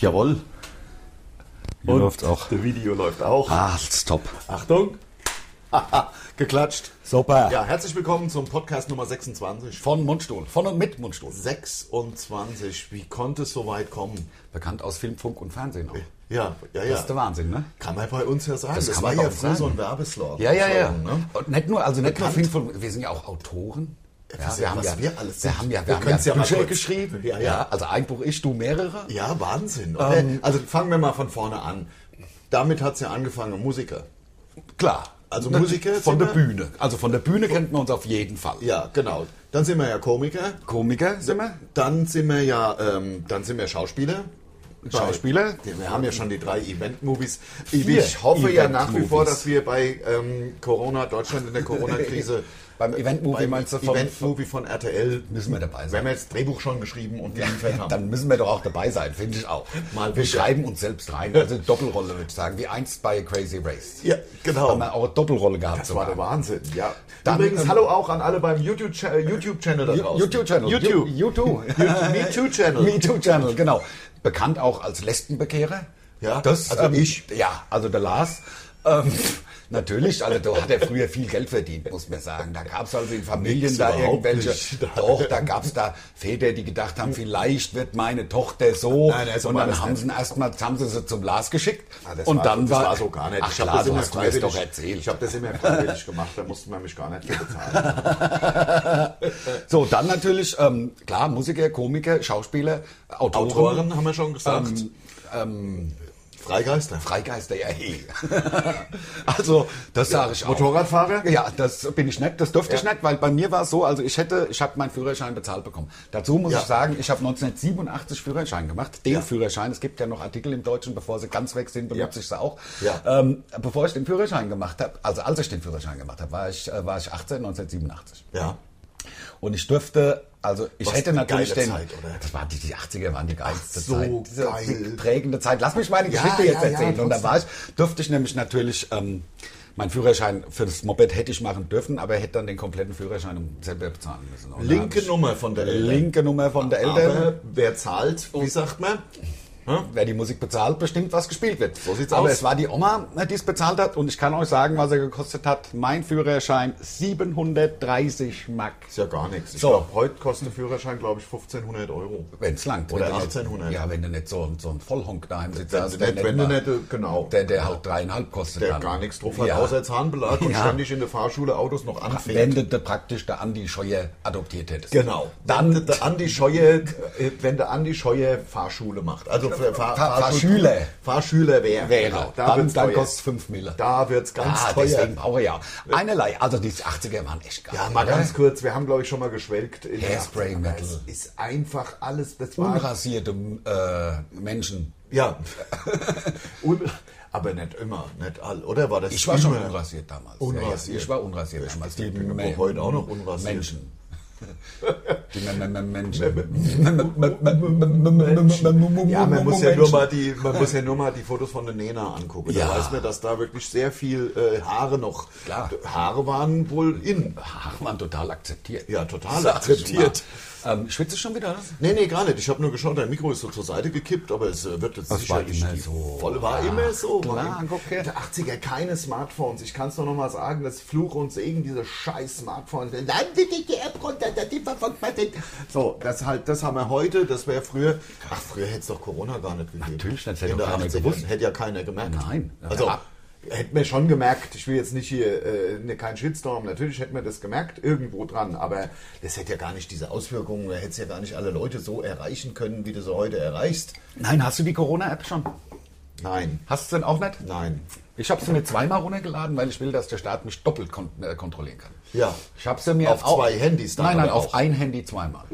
Jawohl. Hier läuft's auch. Das Video läuft auch. Ah, das ist top. Achtung. Geklatscht. Super. Ja, herzlich willkommen zum Podcast Nummer 26. Von Mundstuhl. Von und mit Mundstuhl. 26. Wie konnte es so weit kommen? Bekannt aus Film, Funk und Fernsehen auch. Ja, ja, ja. Das ist der Wahnsinn, ne? Kann man bei uns ja sagen. Das kann war man ja bei uns früher so sagen. ein Werbeslogan. Ja, ja, ja. Slogan, Ne? Und nicht nur, also nicht nur Film, Bekannt. Funk, wir sind ja auch Autoren. was- was wir alles wir sind. haben ja, wir Wir haben können's ja ja mal Bücher kurz- geschrieben. Ja, ja. Also ein Buch ich, du mehrere. Ja, Wahnsinn. Oder? Ähm. also fangen wir mal von vorne an. Damit hat es ja angefangen, Musiker. Klar. Also Nat- Musiker Von sind der wir. Bühne. Also von der Bühne kennt man uns auf jeden Fall. Ja, genau. Dann sind wir ja Komiker. Komiker sind wir. Dann sind wir ja, ähm, dann sind wir Schauspieler. Schauspieler. Bei- Wir haben ja schon die drei Event-Movies. Ich Vier hoffe ja nach wie Event-Movies. vor, dass wir bei ähm, Corona, Deutschland in der Corona-Krise. Beim Event-Movie beim meinst du vom- Event-Movie von RTL. Müssen wir dabei sein. Wenn wir jetzt Drehbuch schon geschrieben und geliefert haben. Dann müssen wir doch auch dabei sein, finde ich auch. Mal wir bitte. schreiben uns selbst rein. Also Doppelrolle würde ich sagen, wie einst bei Crazy Race. Ja, genau. Haben wir auch eine Doppelrolle gehabt. Das war der Wahnsinn, ja. Dann, Übrigens, ähm, hallo auch an alle beim YouTube-Cha- äh, YouTube-Channel da draußen. YouTube-Channel. YouTube. YouTube. MeToo-Channel. MeToo-Channel, genau. Bekannt auch als Lesbenbekehrer. Ja, das, also ähm, ich. Ja, also der Lars. Ähm, natürlich, also da hat er früher viel Geld verdient, muss man sagen. Da gab es also in Familien Nix, da überhaupt irgendwelche. nicht. Doch, da gab es da Väter, die gedacht haben, vielleicht wird meine Tochter so. Nein, also und war dann das haben nicht. sie ihn erstmal, haben sie sie zum Lars geschickt. Ah, das und war, dann das war so gar nicht. Ach hab klar, das du immer hast mir das freiwillig- doch erzählt. Ich habe das immer freiwillig gemacht, da musste man mich gar nicht für bezahlen. So, dann natürlich, ähm, klar, Musiker, Komiker, Schauspieler, Autoren. Autoren haben wir schon gesagt. Ähm, ähm, Freigeister. Freigeister, ja, hey. also, das sage ich auch. Motorradfahrer? Ja, das bin ich nicht, das dürfte ich nicht, weil bei mir war es so, also ich hätte, ich habe meinen Führerschein bezahlt bekommen. Dazu muss Ja. ich sagen, ich habe 1987 Führerschein gemacht, den Ja. Führerschein, es gibt ja noch Artikel im Deutschen, bevor sie ganz weg sind, Ja. benutze ich sie auch. Ja. Ähm, bevor ich den Führerschein gemacht habe, also als ich den Führerschein gemacht habe, war ich, äh, war ich 18, 1987. Ja. Und ich dürfte, also ich Was hätte eine natürlich geile den. Zeit, oder? Das war die, die 80er waren die geilste so Zeit. Diese geil. die prägende Zeit. Lass mich meine Ja, Geschichte ja, jetzt ja, erzählen. und da trotzdem. war ich, dürfte ich nämlich natürlich. Ähm, mein Führerschein für das Moped hätte ich machen dürfen, aber hätte dann den kompletten Führerschein um selber bezahlen müssen. Und da hab Linke ich- Nummer von der Eltern. Linke Nummer von der Eltern. Oh. Aber wer zahlt, wie sagt man? Wer die Musik bezahlt, bestimmt, was gespielt wird. So sieht's Aber aus. es war die Oma, die es bezahlt hat. Und ich kann euch sagen, was er gekostet hat. Mein Führerschein 730 Mark. Ist ja gar nichts. Ich So. glaube, heute kostet ein Führerschein, glaube ich, 1500 Euro. Wenn es langt. Oder Wenn du nicht- 1800. Ja, wenn du nicht so, so ein Vollhonk daheim sitzt. Wenn hast, du nicht- wenn du mal- nicht, äh, genau. Der, der halt dreieinhalb kostet. Der dann. gar nichts drauf hat, ja. außer Zahnbelag und Ja. ständig in der Fahrschule Autos noch anfährt. Wenn du de- praktisch der Andi Scheuer adoptiert hättest. Genau. Dann- wenn der Andi Scheuer, äh, wenn der Andi Scheuer Fahrschule macht, also Fahr, Fahr- Fahrschüler. Fahrschüler wäre, Wäre. Genau, da dann wird's dann teuer. kostet es 5 Mille. Da wird's ganz ah, teuer. deswegen brauche ich ja. Einerlei. Also die 80er waren echt geil. Ja, mal oder? ganz kurz, wir haben glaube ich schon mal geschwelgt. in den Hairspray 80ern. Metal. Es ist einfach alles, das war Unrasierte äh, Menschen. ja. Un, aber nicht immer, nicht all, oder war das? Ich war schon immer- unrasiert damals. Ja, Unrasiert. ja. Ich war unrasiert damals. Die bin Me- heute auch noch unrasiert. Menschen. Die Me- Me- Me- Menschen. Me- Me- Me- Me- Me- Me- Me- Ja, man muss ja, Menschen. nur mal die, man muss ja nur mal die Fotos von der Nena angucken. Ja. Da weiß man, dass da wirklich sehr viel äh, Haare noch. Klar. Haare waren wohl in. Haare waren total akzeptiert. Ja, total Sag ich akzeptiert. mal. Ähm, schwitzt du schon wieder? oder? Nee, nee, gar nicht. Ich habe nur geschaut, dein Mikro ist so zur Seite gekippt, aber es äh, wird jetzt Das war sicherlich immer die so. volle war Ja, immer so. klar, war im- guck her. In der 80er keine Smartphones. Ich kann es nur noch mal sagen, das Fluch und Segen, diese scheiß Smartphones. Nein, die die App runter, der Tipper von Patent. So, das halt, das haben wir heute, das wäre früher. Ach, früher hätte es doch Corona gar nicht gegeben. Natürlich nicht, hätte, hätte In doch der keiner 80er, gewusst. hätte ja keiner gemerkt. Nein. Also, Ja. Hätten wir schon gemerkt, ich will jetzt nicht hier äh, ne, keinen Shitstorm, natürlich hätten wir das gemerkt, irgendwo dran, aber das hätte ja gar nicht diese Auswirkungen, da hätte es ja gar nicht alle Leute so erreichen können, wie du sie heute erreichst. Nein, hast du die Corona-App schon? Nein, Hast du denn auch nicht? nein. Ich habe sie mir zweimal runtergeladen, weil ich will, dass der Staat mich doppelt kon äh, kontrollieren kann. Ja. Ich habe sie mir Auf zwei Handys dann Nein, nein, aber auf auch. ein Handy zweimal.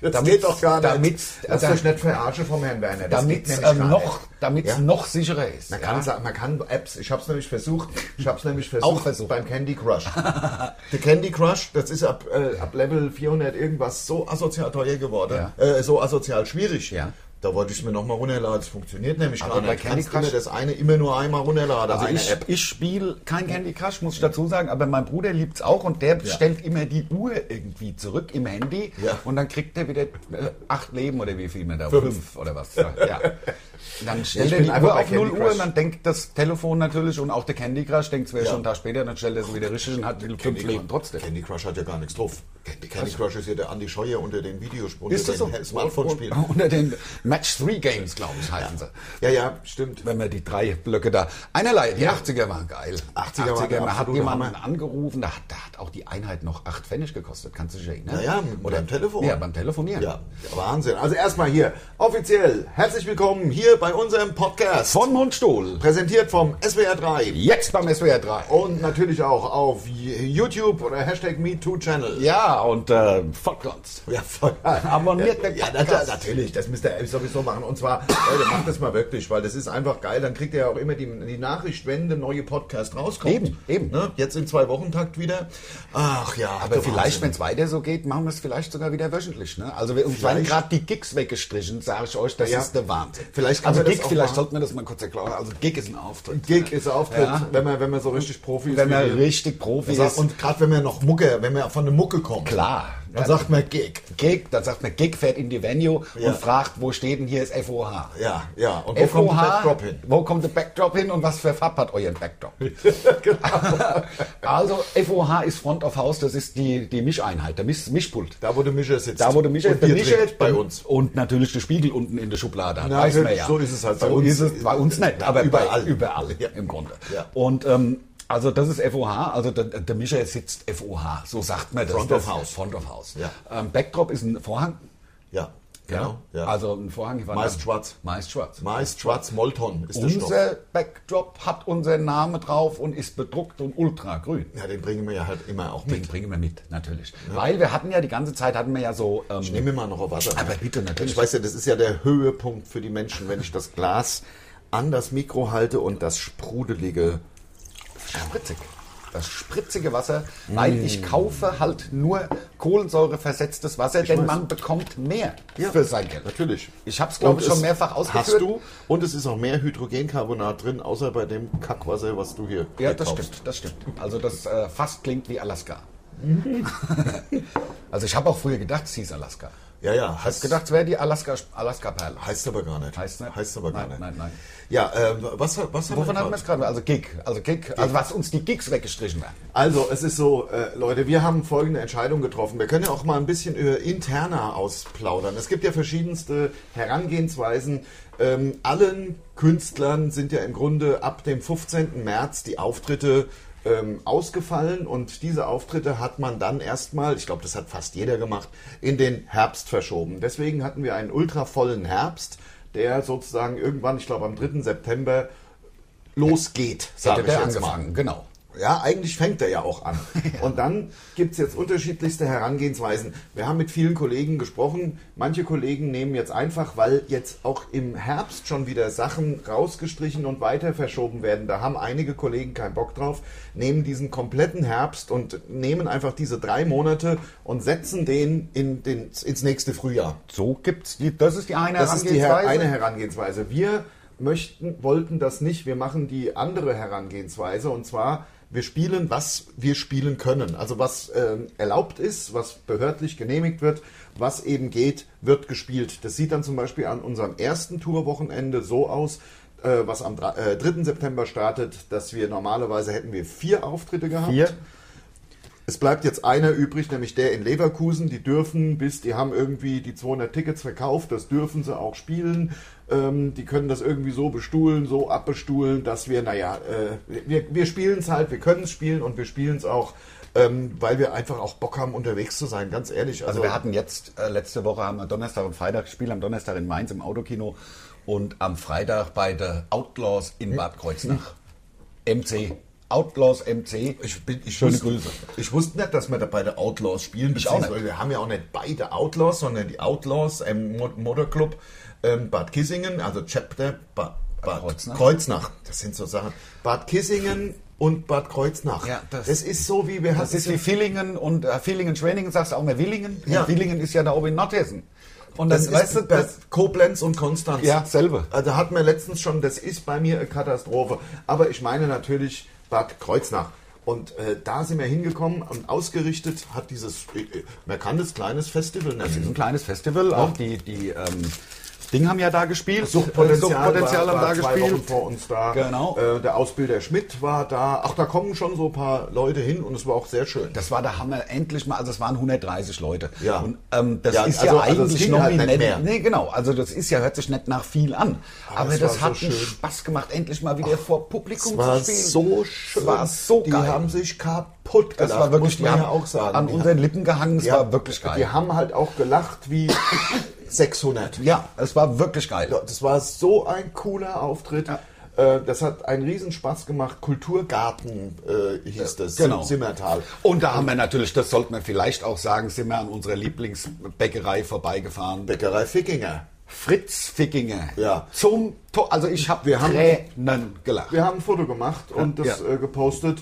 Das Damit- geht doch gar nicht. Damit, Lass da- euch nicht verarschen vom Herrn Werner. das damit geht es nämlich ähm, gar noch, nicht. damit's Ja? noch sicherer ist. Man kann, sa- man kann Apps, ich habe es nämlich versucht, ich habe es nämlich versucht, Auch versucht. beim Candy Crush. Der Candy Crush, das ist ab, äh, ab Level 400 irgendwas so asozial teuer geworden, Ja. äh, so asozial schwierig. Ja. Da wollte ich es mir nochmal runterladen, das funktioniert nämlich Aber gar bei nicht. Du Candy kannst Crush- immer das eine immer nur einmal runterladen, also eine ich, App. ich spiele kein Candy Crush, muss ich dazu sagen, aber mein Bruder liebt es auch und der Ja. stellt immer die Uhr irgendwie zurück im Handy Ja. und dann kriegt er wieder äh, acht Leben oder wie viel man da Fünf. oder was. Ja. Dann stell Ich den bin einfach nur auf auf Candy 0 Uhr Crush. und dann denkt das Telefon natürlich und auch der Candy Crush denkt zwei Stunden Tag später, dann stellt er es wieder richtig und hat fünf Leben trotzdem. Candy Crush hat ja gar nichts drauf. Candy Crush, ist ja der Andi Scheuer unter den Videospielen, Ist das so? Oh. Smartphone-Spielen. Und- Unter den Match 3 Games, glaube ich, heißen sie. Ja, ja, stimmt. Wenn man die drei Blöcke da. Einerlei, die 80er waren geil. 80er waren der man hat absolute jemanden Hammer. angerufen, da hat, da hat auch die Einheit noch 8 Pfennig gekostet, kannst du dich erinnern? Ja, ja, beim Telefon. Ja, beim Telefonieren. Ja, Wahnsinn. Also erstmal hier offiziell herzlich willkommen hier bei unserem Podcast. Von Mundstuhl. Präsentiert vom SWR 3 Jetzt beim SWR 3. und natürlich auch auf YouTube oder Hashtag MeToo-Channel. Ja, und äh, folgt uns. Ja, voll. Abonniert den ja, Podcast. na, na, natürlich, das müsst ihr sowieso machen. Und zwar, Leute, macht das mal wirklich, weil das ist einfach geil. Dann kriegt ihr ja auch immer die, die Nachricht, wenn der neue Podcast rauskommt. Eben, eben. Ne? Jetzt im Zwei-Wochen-Takt wieder. Ach ja, Aber der vielleicht, wenn Wahnsinn. es weiter so geht, machen wir es vielleicht sogar wieder wöchentlich. Ne? Also wir uns werden Vielleicht. gerade die Gigs weggestrichen, sage ich euch, das Ja. ist der Wahnsinn. Vielleicht kann also man das Gig, auch vielleicht machen. sollten wir das mal kurz erklären. Also Gig ist ein Auftritt. Gig ist Auftritt, Ja. wenn, man, wenn man so richtig Profi ist. Wenn wie man wir. richtig Profi Das ist, heißt, Also, Und gerade wenn man noch Mucke, wenn man von der Mucke kommt. klar. Also Dann sagt man Gig. Gig, dann sagt man Gig, fährt in die Venue Ja. und fragt, wo steht denn hier das FOH? Ja, ja. Und wo kommt der Backdrop hin? Wo kommt der Backdrop hin und was für Farb hat euer Backdrop? Genau. also FOH ist Front of House, das ist die, die Mischeinheit, der Misch Mischpult. Da, wo der Mischer sitzt. Da wurde Michael, Und Bier der Michael trinkt bei uns. Und natürlich der Spiegel unten in der Schublade. hat, Na, weiß man gut, so ist es halt. Bei Bei uns, uns ist es, bei uns nicht, aber Überall. Bei, überall Ja. im Grunde. Ja. Und ähm, also das ist FOH, also der, der Michael sitzt FOH, so sagt man das. Front das of House. Front of House. Ja. Ähm, Backdrop ist ein Vorhang. Ja, genau. Ja. Ja. Also ein Vorhang. ich war Meist da- schwarz. Meist schwarz. Meist schwarz Molton ist der Stoff. Unser Backdrop hat unseren Namen drauf und ist bedruckt und ultragrün. Ja, den bringen wir ja halt immer auch Den mit. bringen wir mit, natürlich. Weil wir hatten ja die ganze Zeit, hatten wir ja so... Ähm, Ich nehme mal noch auf Wasser. Aber bitte, natürlich. Ich weiß ja, das ist ja der Höhepunkt für die Menschen, wenn ich das Glas an das Mikro halte und das sprudelige. spritzig. Das spritzige Wasser, Mm. weil ich kaufe halt nur kohlensäureversetztes Wasser, denn weiß. man bekommt mehr Ja. für sein Geld. Natürlich. Ich hab's, glaub Und ich, schon es mehrfach ausgeführt. Hast du. Und es ist auch mehr Hydrogencarbonat drin, außer bei dem Kackwasser, was du hier Ja, das verkaufst. stimmt, das stimmt. Also das äh, fast klingt wie Alaska. also ich habe auch früher gedacht, es hieß Alaska. Ja, ja. Ich Heißt, gedacht, es wäre die Alaska- Alaska-Perle. heißt aber gar nicht. Heißt nicht? Heißt aber gar Nein, nicht. nein, nein. Ja, ähm, was, was haben wir Wovon hatten wir gerade? es gerade? Also Gig. Also Gig. Also was uns die Gigs weggestrichen werden. Also, es ist so, äh, Leute, wir haben folgende Entscheidung getroffen. Wir können ja auch mal ein bisschen über interner ausplaudern. Es gibt ja verschiedenste Herangehensweisen. Ähm, allen Künstlern sind ja im Grunde ab dem 15. März die Auftritte ähm, ausgefallen und diese Auftritte hat man dann erstmal, ich glaube, das hat fast jeder gemacht, in den Herbst verschoben. Deswegen hatten wir einen ultravollen Herbst, der sozusagen irgendwann, ich glaube, am 3. September losgeht, sage ich der jetzt mal. angefangen, genau. Ja, eigentlich fängt er ja auch an. Und dann gibt's jetzt unterschiedlichste Herangehensweisen. Wir haben mit vielen Kollegen gesprochen. Manche Kollegen nehmen jetzt einfach, weil jetzt auch im Herbst schon wieder Sachen rausgestrichen und weiter verschoben werden. Da haben einige Kollegen keinen Bock drauf, nehmen diesen kompletten Herbst und nehmen einfach diese drei Monate und setzen den, in den ins nächste Frühjahr. So gibt's die, das ist die eine Das ist die Her Herangehensweise. eine Herangehensweise. Wir möchten, wollten das nicht. Wir machen die andere Herangehensweise und zwar wir spielen, was wir spielen können. Also was ähm, erlaubt ist, was behördlich genehmigt wird, was eben geht, wird gespielt. Das sieht dann zum Beispiel an unserem ersten Tourwochenende so aus, äh, was am dra- äh, 3. September startet, dass wir normalerweise hätten wir vier Auftritte gehabt. Vier. Es bleibt jetzt einer übrig, nämlich der in Leverkusen. Die dürfen bis, die haben irgendwie die 200 Tickets verkauft, das dürfen sie auch spielen. Ähm, die können das irgendwie so bestuhlen, so abbestuhlen, dass wir, naja, äh, wir, wir spielen es halt, wir können es spielen und wir spielen es auch, ähm, weil wir einfach auch Bock haben, unterwegs zu sein, ganz ehrlich. Also wir hatten jetzt, äh, letzte Woche haben wir Donnerstag und Freitag gespielt, am Donnerstag in Mainz im Autokino und am Freitag bei The Outlaws Hm? in Bad Kreuznach. MC. Outlaws MC. Ich bin, ich Schöne wusste, Grüße. Ich wusste nicht, dass wir da beide Outlaws spielen. Ich auch nicht. beziehungsweise Wir haben ja auch nicht beide Outlaws, sondern die Outlaws im Mo- Motorclub ähm, Bad Kissingen, also Chapter ba Bad Kreuznach. Kreuznach. Das sind so Sachen. Bad Kissingen und Bad Kreuznach. Ja, das- das, ist so wie wir Das ist wie Villingen und äh, Villingen, Schwenningen, sagst du auch mehr Willingen? Ja. Und Willingen ist ja da oben in Nordhessen. Und das dann, ist weißt du, bei das, Koblenz und Konstanz. Ja, selber. Also hat man letztens schon, das ist bei mir eine Katastrophe. Aber ich meine natürlich Bad Kreuznach. Und äh, da sind wir hingekommen und ausgerichtet hat Mhm. dieses, äh, äh, man kann das kleines Festival nennen. ein kleines Festival, auch die, die ähm, Ding haben ja da gespielt. Suchtpotenzial, Also Suchtpotenzial war, haben war da zwei gespielt. Wochen vor uns da. Genau. Äh, der Ausbilder Schmidt war da. Ach, da kommen schon so ein paar Leute hin und es war auch sehr schön. Das war der Hammer, endlich mal, also es waren 130 Leute. Ja. Und ähm, das Ja, ist also- ja also es eigentlich ging noch halt nicht nicht mehr. Nee, genau, also das ist ja, hört sich nicht nach viel an. Aber, es das war hat so einen schön. Spaß gemacht, endlich mal wieder vor Publikum war zu spielen. so schön. Es war so die geil. haben sich kaputt Genau, das gelacht, war wirklich, muss die man haben ja auch sagen. an Die unseren Lippen gehangen, es Ja, war wirklich geil. Die haben halt auch gelacht wie 600. ja, es war wirklich geil. Das war so ein cooler Auftritt. Äh, Das hat einen Riesenspaß gemacht. Kulturgarten äh, hieß das, genau. im Zimmertal. Und da haben wir natürlich, das sollte man vielleicht auch sagen, sind wir an unserer Lieblingsbäckerei vorbeigefahren. Bäckerei Fickinger. Fritz Fickinger. Ja. Zum Tor. Also ich habe Wir haben- Tränen gelacht. Wir haben ein Foto gemacht und das ja. äh, gepostet.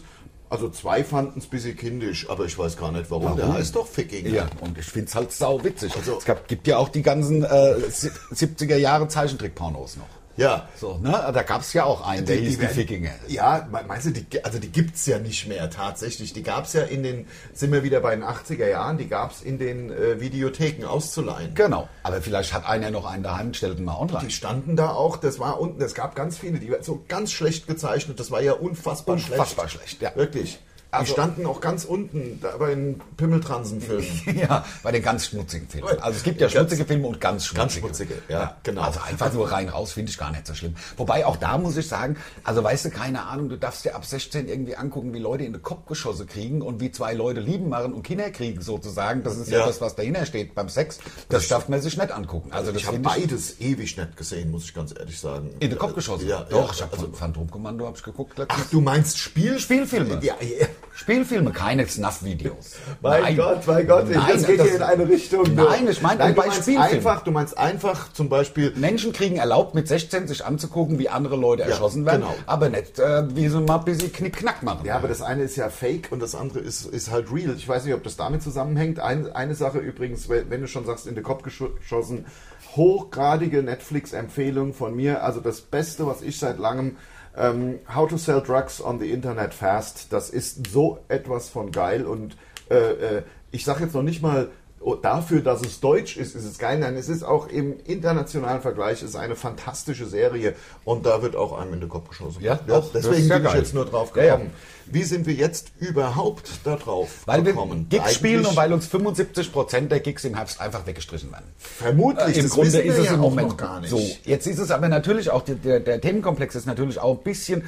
Also zwei fanden es ein bisschen kindisch, aber ich weiß gar nicht warum. Der Warum? heißt doch Fickinger. Ja, und ich find's halt sau witzig. Also- es gab, gibt ja auch die ganzen äh, si- 70er Jahre Zeichentrick-Pornos noch. Ja. So, ne? Da gab's ja auch einen, der hieß die werden- Fickinger. Ja, me- meinst du, die, ge- also die gibt es ja nicht mehr tatsächlich. Die gab es ja in den, sind wir wieder bei den 80er Jahren, die gab es in den äh, Videotheken auszuleihen. Genau. Aber vielleicht hat einer noch einen daheim, stellt ihn mal online. Die standen da auch, das war unten, es gab ganz viele, die waren so ganz schlecht gezeichnet, das war ja unfassbar, Unfassbar schlecht, schlecht. ja. Wirklich. die Also- standen auch ganz unten da bei den Pimmeltransenfilmen. Ja, bei den ganz schmutzigen Filmen. Also es gibt ja Ganz- schmutzige Filme und ganz schmutzige. schmutzige, ja, genau. Also einfach nur rein raus finde ich gar nicht so schlimm. Wobei auch da muss ich sagen, also weißt du, keine Ahnung, du darfst dir ab 16 irgendwie angucken, wie Leute in den Kopf geschossen kriegen und wie zwei Leute lieben machen und Kinder kriegen sozusagen. Das ist ja, Ja. das, was dahinter steht beim Sex. Das darf man sich nicht angucken. Also das ich habe finde ich... beides ewig nicht gesehen, muss ich ganz ehrlich sagen. In den Kopf geschossen. Ja, Doch, ich ja, habe also, Phantomkommando habe ich geguckt. Ach, letztens. du meinst Spiel? Spielfilme. Ja, ja. Spielfilme, keine Snuff-Videos. Mein Nein. Gott, mein Gott, Nein, das geht hier in eine Richtung. Nein, ich meine, Nein, du bei meinst Spielfilmen. einfach, du meinst einfach zum Beispiel, Menschen kriegen erlaubt, mit 16 sich anzugucken, wie andere Leute erschossen werden, genau. aber nicht, äh, wie sie mal ein bisschen knick-knack machen. ja, aber das eine ist ja fake und das andere ist, ist halt real. Ich weiß nicht, ob das damit zusammenhängt. Ein, eine Sache übrigens, we- wenn du schon sagst, in den Kopf gesch- geschossen, hochgradige Netflix-Empfehlung von mir, also das Beste, was ich seit langem, ähm, How to Sell Drugs on the Internet Fast, das ist so etwas von geil und äh, äh, ich sage jetzt noch nicht mal, Oh, dafür, dass es deutsch ist, ist es geil. Nein, es ist auch im internationalen Vergleich ist eine fantastische Serie und da wird auch einem in den Kopf geschossen. Ja, doch, das deswegen ist ja bin ich geil. jetzt nur drauf Ja, ja. gekommen. Wie sind wir jetzt überhaupt da drauf weil wir gekommen? Gigs spielen Eigentlich und weil uns 75% der Gigs im Herbst einfach weggestrichen werden. vermutlich Äh, Im das Grunde wissen wir ist es ja im auch Moment noch gar nicht. so. Jetzt ist es aber natürlich auch, die- der, der Themenkomplex ist natürlich auch ein bisschen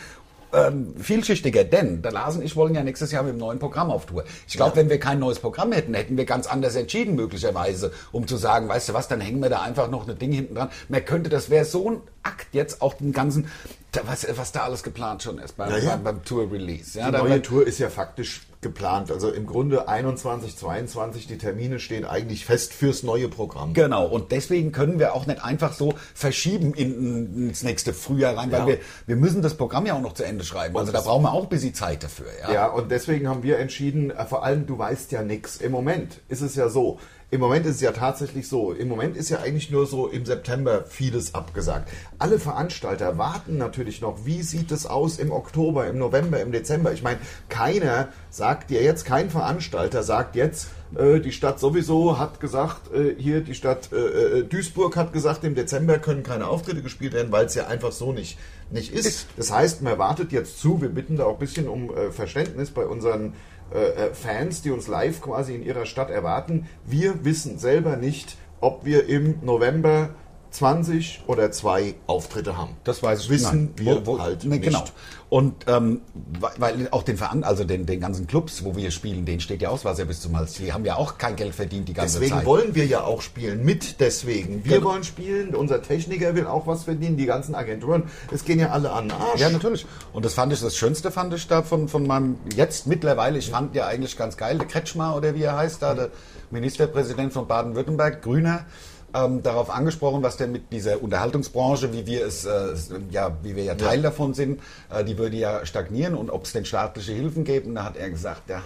ähm, vielschichtiger, denn der Lars und ich wollen ja nächstes Jahr mit dem neuen Programm auf Tour. Ich glaube, wenn wir kein neues Programm hätten, hätten wir ganz anders entschieden möglicherweise, um zu sagen, weißt du was, dann hängen wir da einfach noch ein Ding hinten dran. Man könnte, das wäre so ein Akt jetzt auch den ganzen, da- was, was da alles geplant schon ist beim, Ja, ja. beim, beim Tour-Release. Ja, Die da- neue Tour ist ja faktisch geplant. Also im Grunde 21, 22, die Termine stehen eigentlich fest fürs neue Programm. Genau, und deswegen können wir auch nicht einfach so verschieben in, ins nächste Frühjahr rein, weil Ja. wir, wir müssen das Programm ja auch noch zu Ende schreiben. Also da brauchen wir auch ein bisschen Zeit dafür. Ja? Ja, und deswegen haben wir entschieden, äh, vor allem, du weißt ja nix. Im Moment ist es ja so. Im Moment ist es ja tatsächlich so. Im Moment ist ja eigentlich nur so im September vieles abgesagt. Alle Veranstalter warten natürlich noch, wie sieht es aus im Oktober, im November, im Dezember. Ich meine, keiner sagt dir jetzt, kein Veranstalter sagt jetzt, äh, die Stadt sowieso hat gesagt, äh, hier die Stadt äh, äh, Duisburg hat gesagt, im Dezember können keine Auftritte gespielt werden, weil es ja einfach so nicht, nicht ist. Das heißt, man wartet jetzt zu, wir bitten da auch ein bisschen um äh, Verständnis bei unseren äh, äh, Fans, die uns live quasi in ihrer Stadt erwarten. Wir wissen selber nicht, ob wir im November 20 oder zwei Auftritte haben. Das weiß ich Wissen nein. wir halt nee, nicht. Genau. Und ähm, weil- weil auch den Veran also den, den ganzen Clubs, wo wir spielen, denen steht ja aus, was ja bis zum Hals. Die haben ja auch kein Geld verdient die ganze Deswegen Zeit. wollen wir ja auch spielen, mit deswegen. Wir Genau. wollen spielen, unser Techniker will auch was verdienen, die ganzen Agenturen. Es gehen ja alle an den Arsch. Ja, ne. natürlich. Und das fand ich, das Schönste fand ich da von, von meinem, jetzt mittlerweile, ich fand ja eigentlich ganz geil, der Kretschmer oder wie er heißt, da der Ministerpräsident von Baden-Württemberg, Grüner, ähm, darauf angesprochen, was der mit dieser Unterhaltungsbranche, wie wir es, äh, ja, wie wir ja Teil davon sind, äh, die würde ja stagnieren und ob es denn staatliche Hilfen gäbe. Und da hat er gesagt, ja,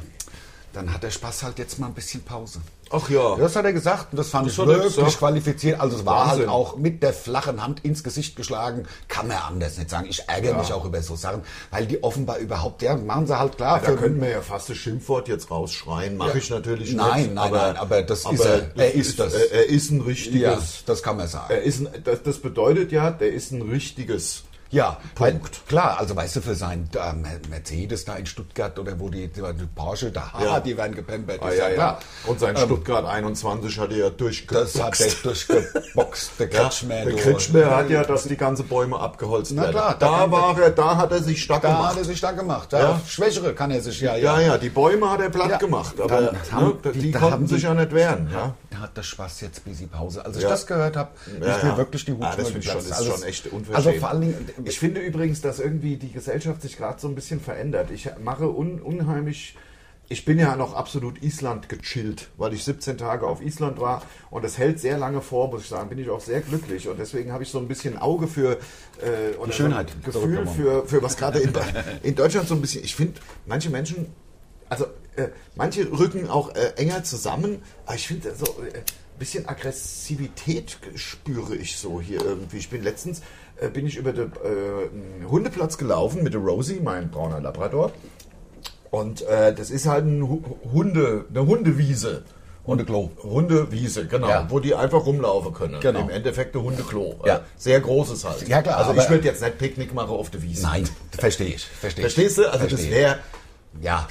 dann hat der Spaß halt jetzt mal ein bisschen Pause. Ach ja. Das hat er gesagt und das fand ich hat er wirklich gesagt. qualifiziert. Also es war Wahnsinn. halt auch mit der flachen Hand ins Gesicht geschlagen. Kann man anders nicht sagen. Ich ärgere mich auch über so Sachen, weil die offenbar überhaupt, ja, machen sie halt klar. Da könnten wir ja fast das Schimpfwort jetzt rausschreien. Mache ich natürlich Nein, nicht. nein, nein, aber das ist er. Er ist das. Er, er ist ein ja, richtiges. das kann man sagen. Er ist ein, das, das bedeutet ja, der ist ein richtiges. Ja, Punkt. Weil, klar, also weißt du, für seinen äh, Mer- Mercedes da in Stuttgart oder wo die, die Porsche da, Ja. die werden gepampert, Ah, ist ja, klar. Und sein Stuttgart 21 hat er ja durchgeboxt. Das hat der durchgeboxt, der Ja, Kretschmer. der du. Kretschmer hat ja, dass die ganze Bäume abgeholzt Na werden. klar, da da kann- war er, da hat er sich stark Da gemacht. hat er sich dann gemacht. Ja. Ja. auf Schwächere kann er sich ja, ja. Ja, ja, die Bäume hat er platt Ja, gemacht, dann aber haben ne, die, die- da haben konnten die- sich ja nicht wehren. Ja? Da hat der Spaß jetzt bis die Pause. Als ich Ja. das gehört habe, Ja, ist mir ja. wirklich die Hutschnur ah, das finde ich schon, geplatzt. das ist Also schon es- echt unverschämt. Also vor allen Dingen, ich finde übrigens, dass irgendwie die Gesellschaft sich gerade so ein bisschen verändert. Ich mache un, unheimlich. Ich bin ja noch absolut Island gechillt, weil ich 17 Tage auf Island war und das hält sehr lange vor, muss ich sagen. Bin ich auch sehr glücklich und deswegen habe ich so ein bisschen Auge für äh, oder Schönheit so ein Gefühl zurückgenommen. für, für was gerade in, in Deutschland so ein bisschen. Ich finde, manche Menschen, also äh, manche rücken auch äh, enger zusammen, aber ich finde so äh, ein bisschen Aggressivität spüre ich so hier irgendwie. Ich bin letztens äh, bin ich über den äh, Hundeplatz gelaufen mit der Rosie, mein brauner Labrador. Und äh, das ist halt ein Hu- Hunde, eine Hundewiese. Hundeklo. Hundewiese, genau, Ja. wo die einfach rumlaufen können. Genau. Im Endeffekt ein Hundeklo. Ja. Äh, Sehr großes halt. Ja, klar, Also aber- ich würde jetzt nicht Picknick machen auf der Wiese. Nein, verstehe ich. Verstehe ich. Verstehst du? Also das Verstehe. wäre Ja.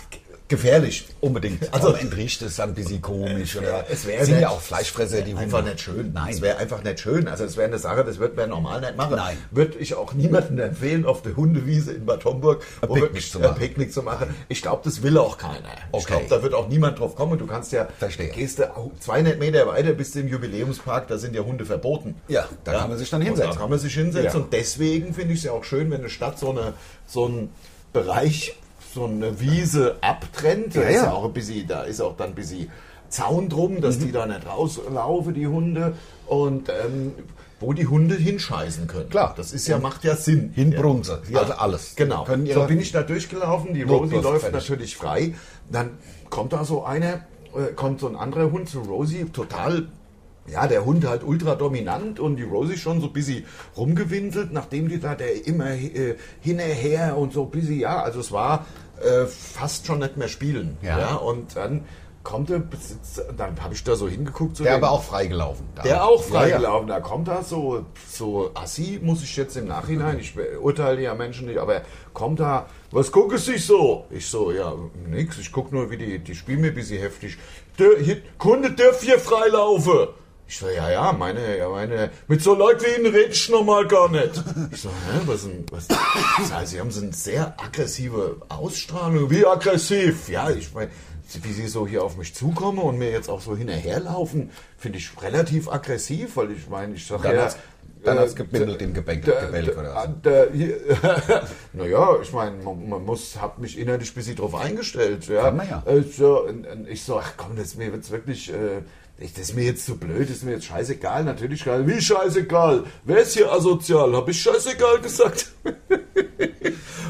gefährlich. Unbedingt. Also- Also entriecht es dann ein bisschen komisch. Oder es wär sind nett. ja auch Fleischfresser, die Einfach Hunde. nicht schön. Nein. Es wäre einfach nicht schön. Also es wäre eine Sache, das wird man normal nicht machen. Nein. Würde ich auch niemandem empfehlen, auf der Hundewiese in Bad Homburg wo Picknick wirklich zu machen. ein Picknick zu machen. Ich glaube, das will auch keiner. Ich Okay. glaube, da wird auch niemand drauf kommen. Du kannst ja, Verstehe. gehst du au- 200 Meter weiter bis zum Jubiläumspark, da sind ja Hunde verboten. Ja, da kann man sich dann Und hinsetzen. da kann man sich hinsetzen. Ja. Und deswegen finde ich es ja auch schön, wenn eine Stadt so, eine, so einen Bereich, so eine Wiese abtrennt. Da Ja, ist ja. Mhm. ja auch ein bisschen, da ist auch dann ein bisschen Zaun drum, dass die da nicht rauslaufen, die Hunde. Und ähm, wo die Hunde hinscheißen können. Klar. Das ist ja, macht ja Sinn. Hinbrunse, Ja. also alles. Genau. Können so ihre- bin ich da durchgelaufen, die Not Rosie bloß läuft fertig. natürlich frei. Dann kommt da so einer, äh, kommt so ein anderer Hund zu Rosie, total, ja, der Hund halt ultra dominant und die Rosie schon so ein bisschen rumgewinselt, nachdem die da der immer äh, hinterher und so ein bisschen, ja, also es war äh, fast schon nicht mehr spielen. Ja. und dann kommt der Besitzer, dann habe ich da so hingeguckt zu Der dem- aber auch freigelaufen. Da- der auch Ja, ja. freigelaufen. Da kommt da so, so Assi, muss ich jetzt im Nachhinein, ich urteile ja Menschen nicht, aber kommt da, was gucke sich so? Ich so, ja, nix, ich guck nur, wie die, die spielen mir ein bisschen heftig. Dür, hier, Kunde dürft hier freilaufen. Ich so, ja, ja, meine, ja, meine, mit so Leuten wie Ihnen rede ich nochmal gar nicht. Ich so, hä, was denn, was denn? Das heißt, Sie haben so eine sehr aggressive Ausstrahlung. Wie aggressiv? Ja, ich meine, wie sie so hier auf mich zukommen und mir jetzt auch so hinterherlaufen, finde ich relativ aggressiv, weil ich meine, ich sage Dann ja. hat's- dann äh, hat's gebindelt im Gebälk- da- Gebälk da- oder was? da- hier- Naja, ich meine, man, man muss, hab mich innerlich ein bisschen drauf eingestellt. Ja. Kann man ja. Äh, so, und, und ich so, ach komm, das ist mir jetzt wirklich, äh, ich, das ist mir jetzt zu blöd, das ist mir jetzt scheißegal, natürlich geil. Wie scheißegal? Wer ist hier asozial? Hab ich scheißegal gesagt?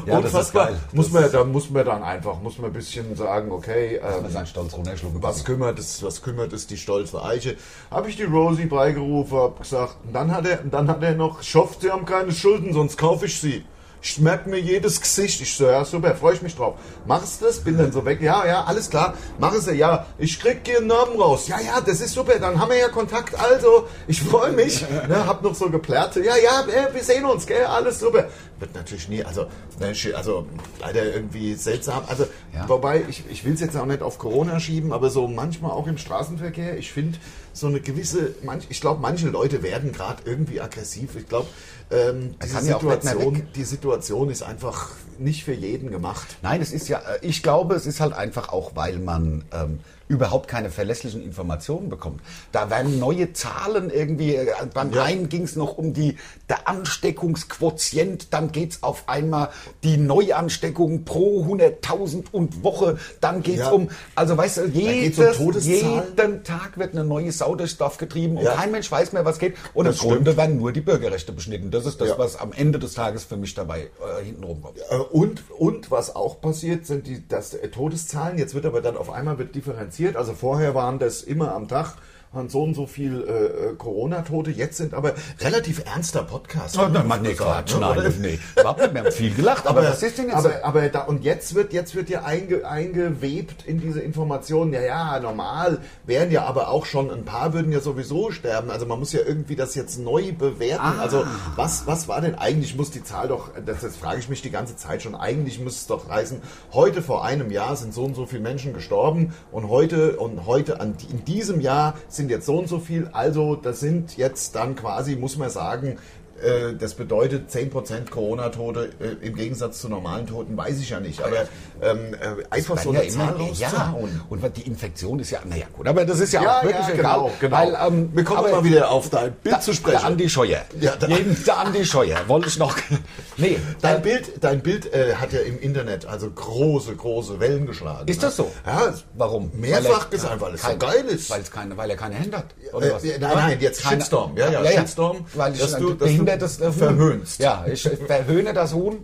Ja, das ist Unfassbar. geil. Muss Das man, ja- da muss man dann einfach, muss man ein bisschen sagen, okay, ähm, Sein Stolz runterschlucken. was kümmert es, was kümmert es die stolze Eiche? Habe ich die Rosie beigerufen, hab gesagt, und dann hat er, dann hat er noch, ich hoffe, sie haben keine Schulden, sonst kaufe ich sie. Ich merke mir jedes Gesicht. Ich so, ja, super, freue ich mich drauf. Machst du das? Bin dann so weg. Ja, ja, alles klar. Mach es ja. Ja, ich krieg ihren Namen raus. Ja, ja, das ist super. Dann haben wir ja Kontakt. Also, ich freue mich. Ne, hab noch so geplärrt. Ja, ja, äh, wir sehen uns, gell? Alles super. Wird natürlich nie, also, ne, schi- also, leider irgendwie seltsam. Also, Ja. Wobei, ich, ich will es jetzt auch nicht auf Corona schieben, aber so manchmal auch im Straßenverkehr, ich finde so eine gewisse, manch, ich glaube, manche Leute werden gerade irgendwie aggressiv. Ich glaube, ähm, diese kann ja auch nicht mehr Situation, weg. die Situation ist einfach nicht für jeden gemacht. Nein, es ist ja, äh, ich glaube, es ist halt einfach auch, weil man ähm, überhaupt keine verlässlichen Informationen bekommt. Da werden neue Zahlen irgendwie, äh, beim Ja. einen ging es noch um die, der Ansteckungsquotient, dann geht's auf einmal die Neuansteckung pro 100.000 und Woche, dann geht's Ja. um, also weißt du, geht's um jedes, Todeszahlen. jeden Tag wird eine neue Sau durchs Dorf getrieben und Ja. kein Mensch weiß mehr, was geht. Und Das im Grunde werden nur die Bürgerrechte beschnitten. Das ist das, Ja. was am Ende des Tages für mich dabei äh, hinten rumkommt. Äh, Und, und was auch passiert, sind die das, äh, Todeszahlen. Jetzt wird aber dann auf einmal wird passiert. Also vorher waren das immer am Tag waren so und so viel äh, äh, Corona-Tote. Jetzt sind aber relativ ernster Podcast. Oh, nein, Mann, nee, Quatsch, ne? nein, nee. Überhaupt nicht, wir haben viel gelacht, aber, was ist denn jetzt? Aber, aber da, und jetzt wird, jetzt wird ja einge, eingewebt in diese Informationen. Ja, ja, normal wären ja aber auch schon ein paar würden ja sowieso sterben. Also man muss ja irgendwie das jetzt neu bewerten. Also was, was war denn eigentlich? Muss die Zahl doch, das, das frage ich mich die ganze Zeit schon. Eigentlich müsste es doch heißen, heute vor einem Jahr sind so und so viele Menschen gestorben und heute und heute an, in diesem Jahr sind jetzt so und so viel. Also das sind jetzt dann quasi, muss man sagen, äh, das bedeutet 10% Corona-Tote äh, im Gegensatz zu normalen Toten, weiß ich ja nicht. Aber ähm, äh, einfach so eine ja, Zahl immer, ja. rauszuhauen. Und was- die Infektion ist ja, naja gut, aber das ist ja, Ja, auch wirklich ja, egal. genau, genau. Weil, ähm, Wir kommen aber- mal wieder auf dein Bild Da- zu sprechen. Der Andi Scheuer. Ja, da- Jeden, der Andi Scheuer. Wollte ich noch. nee. Dein Bild, dein Bild äh, hat ja im Internet also große, große Wellen geschlagen. Ist ne? das so? Ja, es- Warum? Mehrfach gesagt, weil es so geil ist. Weil, es keine, weil er keine Hände hat. Äh, nein, nein, jetzt Shitstorm. Ja, ja, Shitstorm, Weil ich dass du- dass du behindertes äh, Huhn. verhöhnst. Ja, ich verhöhne das Huhn.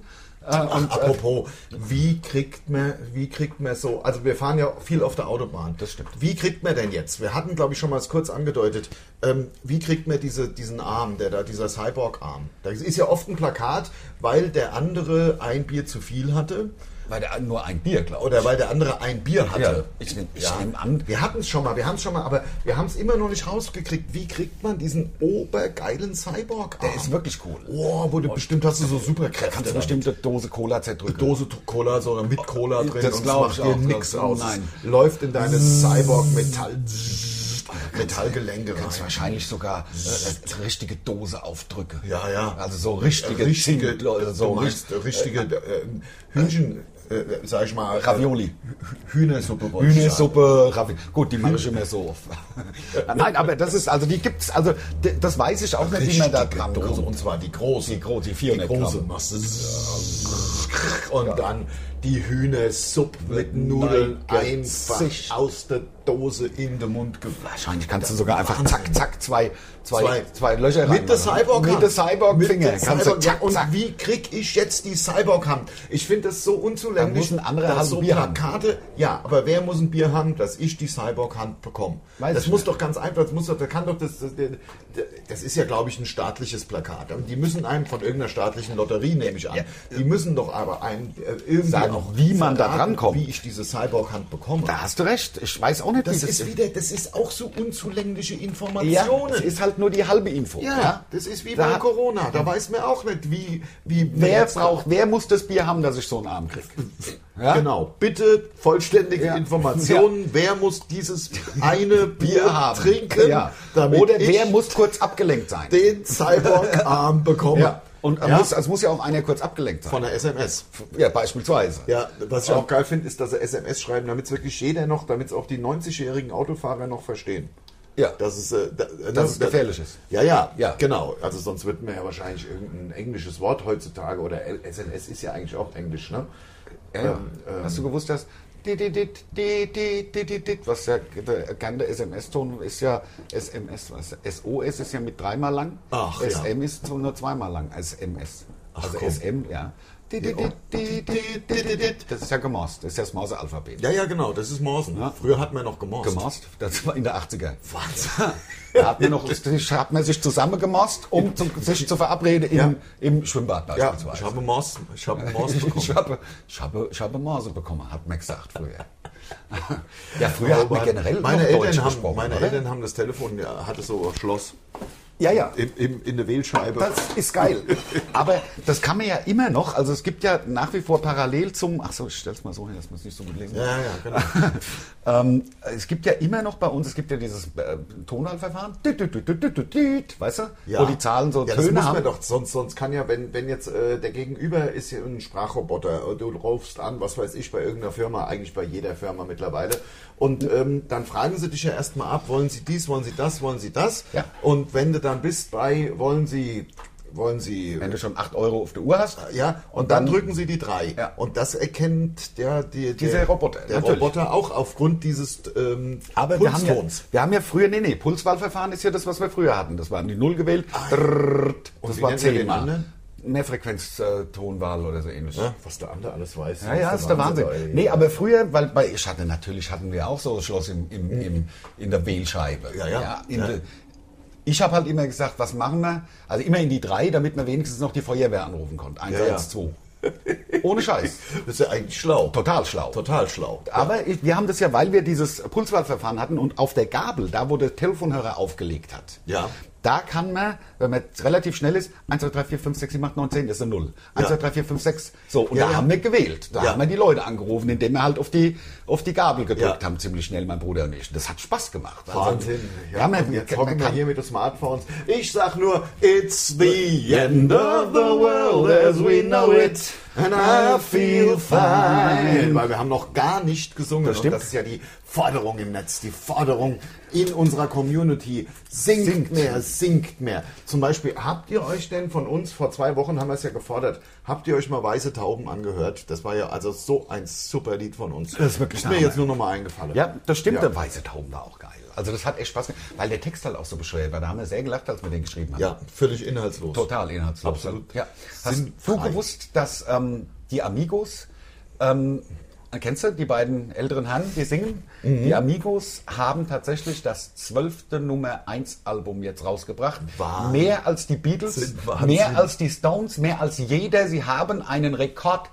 Äh, und, Ach, apropos, wie kriegt man, wie kriegt man so, also wir fahren ja viel auf der Autobahn. Das stimmt. Wie kriegt man denn jetzt? Wir hatten, glaube ich, schon mal es kurz angedeutet. Ähm, wie kriegt man diese, diesen Arm, der da, dieser Cyborg-Arm? Da ist ja oft ein Plakat, weil der andere ein Bier zu viel hatte weil der, nur ein Bier, glaube oder weil der andere ein Bier ich. Ja, hatte. ich nehme ich nehm an. Wir hatten es schon mal, wir haben es schon mal, aber wir haben es immer noch nicht rausgekriegt. Wie kriegt man diesen obergeilen Cyborg-Arm? Der ist wirklich cool. Oh, wo du bestimmt hast du so Superkräfte. ne? Kannst du dann. bestimmt eine Dose Cola zerdrücken. Dose Cola, sondern mit Cola drin. Das und es glaub Äh, macht ich dir auch, nix das- aus. nein. Es Läuft in deine Cyborg-Metall. Metallgelenke Kannst rein. wahrscheinlich sogar äh, äh, richtige Dose aufdrücke. Hm. Ja, ja. Äh, Also so richtige, richtige, ne? Zink- also so du meinst, richt- richtige äh, Hühnchen, äh, sag ich mal. äh, Ravioli. Hühnersuppe wollte ich sagen. Hühnersuppe, Ravioli. Gut, die mache ich immer so oft. Nein, aber das ist, also die gibt's, also d- das weiß ich auch nicht, wie man da Äh, Richtige dran Dose, kommt. und zwar die große. Die große, die 400 große Gramm. Masse. Und dann die Hühnersuppe mit Nudeln Nein, einfach Gesicht. aus der Dose in den Mund gefallen. Wahrscheinlich kannst du sogar einfach zack, zack, zwei, zwei, zwei, Zwei. Löcher Mit der Cyborg Mit der Cyborg-Finger. Mit der Kannst du Cyborg ja, zack, und zack. wie krieg ich jetzt die Cyborg Hand? Ich finde das so unzulänglich. Da muss ein anderer dass Hand so Bier Plakate, ja, aber wer muss ein Bier haben, dass ich die Cyborg Hand bekomme? Weiß das ich muss doch ganz einfach, das muss doch, da kann doch das das, das ist ja glaube ich ein staatliches Plakat. Und Die müssen einem von irgendeiner staatlichen Lotterie nehme ich an. Die müssen doch aber einem äh, irgendwie Sagen, auch wie man da verraten, drankommt. wie ich diese Cyborg Hand bekomme. Da hast du recht. Ich weiß auch nicht, das wie das ist wieder, das ist auch so unzulängliche Informationen. ja, es ist halt nur die halbe Info. Ja, ja? das ist wie Da- bei Corona. Da weiß man auch nicht, wie. wie Wer jetzt- braucht, wer muss das Bier haben, dass ich so einen Arm kriege? Genau. Bitte vollständige Ja. Informationen. Wer muss dieses eine Bier trinken, Ja. damit Oder ich wer muss kurz abgelenkt sein? den Cyborg-Arm bekomme? Ja. Und es Ja. muss, es muss ja auch einer kurz abgelenkt sein. Von der SMS. Ja, beispielsweise. Ja, was ich auch geil finde, ist, dass sie SMS schreiben, damit es wirklich jeder noch, damit es auch die 90-jährigen Autofahrer noch verstehen. Ja. Dass es, äh, da, dass es gefährlich ist. Ja, ja, Ja. ja, genau. Also sonst wird mir ja wahrscheinlich irgendein englisches Wort heutzutage oder L- SNS ist ja eigentlich auch Englisch, ne? Ähm, ähm, Hast du gewusst, dass dit, dit, dit, dit, dit, dit, dit, dit, was ja der ganze SMS-Ton ist ja SMS, was SOS ist ja mit dreimal lang. Ach, ja. SM ist nur zweimal lang als MS. also komm. SM, ja. Dit, dit, dit, dit, dit, dit, dit, dit. Das ist ja gemorst, das ist ja das Morse-Alphabet. ja, ja, genau, das ist Morsen. Früher hat man noch gemorst. Gemorst, das war in der 80er. Wahnsinn. Da hat man, noch, hat man sich zusammengemorst, um zu, sich zu verabreden im, Ja. im Schwimmbad Ja, beispielsweise. ich habe Mors, ich habe Mors Ich bekommen. habe, ich habe, ich habe Morse bekommen, hat man gesagt früher. Ja, früher hat man generell meine noch Eltern Deutsch haben, gesprochen. Meine oder? Eltern haben das Telefon, ja, hatte so ein Schloss ja, ja. in, in, in der Wählscheibe. Das ist geil. Aber das kann man ja immer noch, also es gibt ja nach wie vor parallel zum, ach so, ich stell's mal so hin, dass man es nicht so gut lesen kann. ja, ja, genau. ähm, es gibt ja immer noch bei uns, es gibt ja dieses äh, Tonalverfahren, düt, düt, düt, düt, düt, düt, düt, weißt du, wo die Zahlen so ja, das Töne muss man haben. doch, sonst, sonst kann ja, wenn, wenn jetzt äh, der Gegenüber ist ja ein Sprachroboter, du rufst an, was weiß ich, bei irgendeiner Firma, eigentlich bei jeder Firma mittlerweile, und ähm, dann fragen sie dich ja erstmal ab, wollen sie dies, wollen sie das, wollen sie das, Ja. und wenn du dann bist bei, wollen sie, wollen sie... Wenn du schon 8 Euro auf der Uhr hast, Ja, und, Und dann, dann- drücken sie die drei. Ja. Und das erkennt der, die, der, Dieser Roboter, der natürlich. Roboter auch aufgrund dieses ähm, Aber wir haben, ja, Pulstons. wir haben ja früher, nee, nee, Pulswahlverfahren ist ja das, was wir früher hatten. Das waren die Null gewählt, drrrrt, Ah, Und das wie war nennt man den zehnmal. anderen? mehr Frequenztonwahl oder so ähnlich. Ja, Ne? Also, was der andere alles weiß. Ja, ja, ist der Wahnsinn. Nee, aber früher, weil bei, ich hatte natürlich hatten wir auch so Schloss im, im, im, in der Wählscheibe. Ja, ja. in Ja. der- ich habe halt immer gesagt, was machen wir? Also immer in die drei, damit man wenigstens noch die Feuerwehr anrufen konnte. Eins, Ja, ja. eins, zwei. Ohne Scheiß. Das ist ja eigentlich schlau. Total schlau. Total schlau. Aber ich, wir haben das ja, weil wir dieses Pulswahlverfahren hatten und auf der Gabel, da wo der Telefonhörer aufgelegt hat, Ja. da kann man, wenn man jetzt relativ schnell ist, 1, 2, 3, 4, 5, 6, 7, 8, 9, 10, das ist eine 0. Ja. 1, 2, 3, 4, 5, 6. So, und Ja, da ja. haben wir gewählt. Da Ja. haben wir die Leute angerufen, indem wir halt auf die, auf die Gabel gedrückt Ja. haben, ziemlich schnell, mein Bruder und ich. Das hat Spaß gemacht. Also, Wahnsinn. Ja, Ja, man, und jetzt man hocken wir kann- hier mit den Smartphones. Ich sag nur, it's the end of the world as we know it. And I feel fine. Weil wir haben noch gar nicht gesungen. Das stimmt. Und das ist ja die Forderung im Netz, die Forderung in unserer Community. Singt, Singt. mehr, singt mehr. Zum Beispiel, habt ihr euch denn von uns, vor zwei Wochen haben wir es ja gefordert, habt ihr euch mal Weiße Tauben angehört? Das war ja also so ein super Lied von uns. Das ist wirklich mir der Hammer. jetzt nur nochmal eingefallen. Ja, das stimmt. Ja. Der Weiße Tauben war auch geil. Also das hat echt Spaß gemacht, weil der Text halt auch so bescheuert war. Da haben wir sehr gelacht, als wir den geschrieben haben. Ja, völlig inhaltslos. Total inhaltslos. Absolut. Ja. Hast Sinnfrei. du gewusst, dass ähm, die Amigos, ähm, kennst du die beiden älteren Herren, die singen? Mhm. Die Amigos haben tatsächlich das zwölfte Nummer 1 Album jetzt rausgebracht. Wahnsinn. Mehr als die Beatles, Wahnsinn. mehr als die Stones, mehr als jeder. Sie haben einen Rekord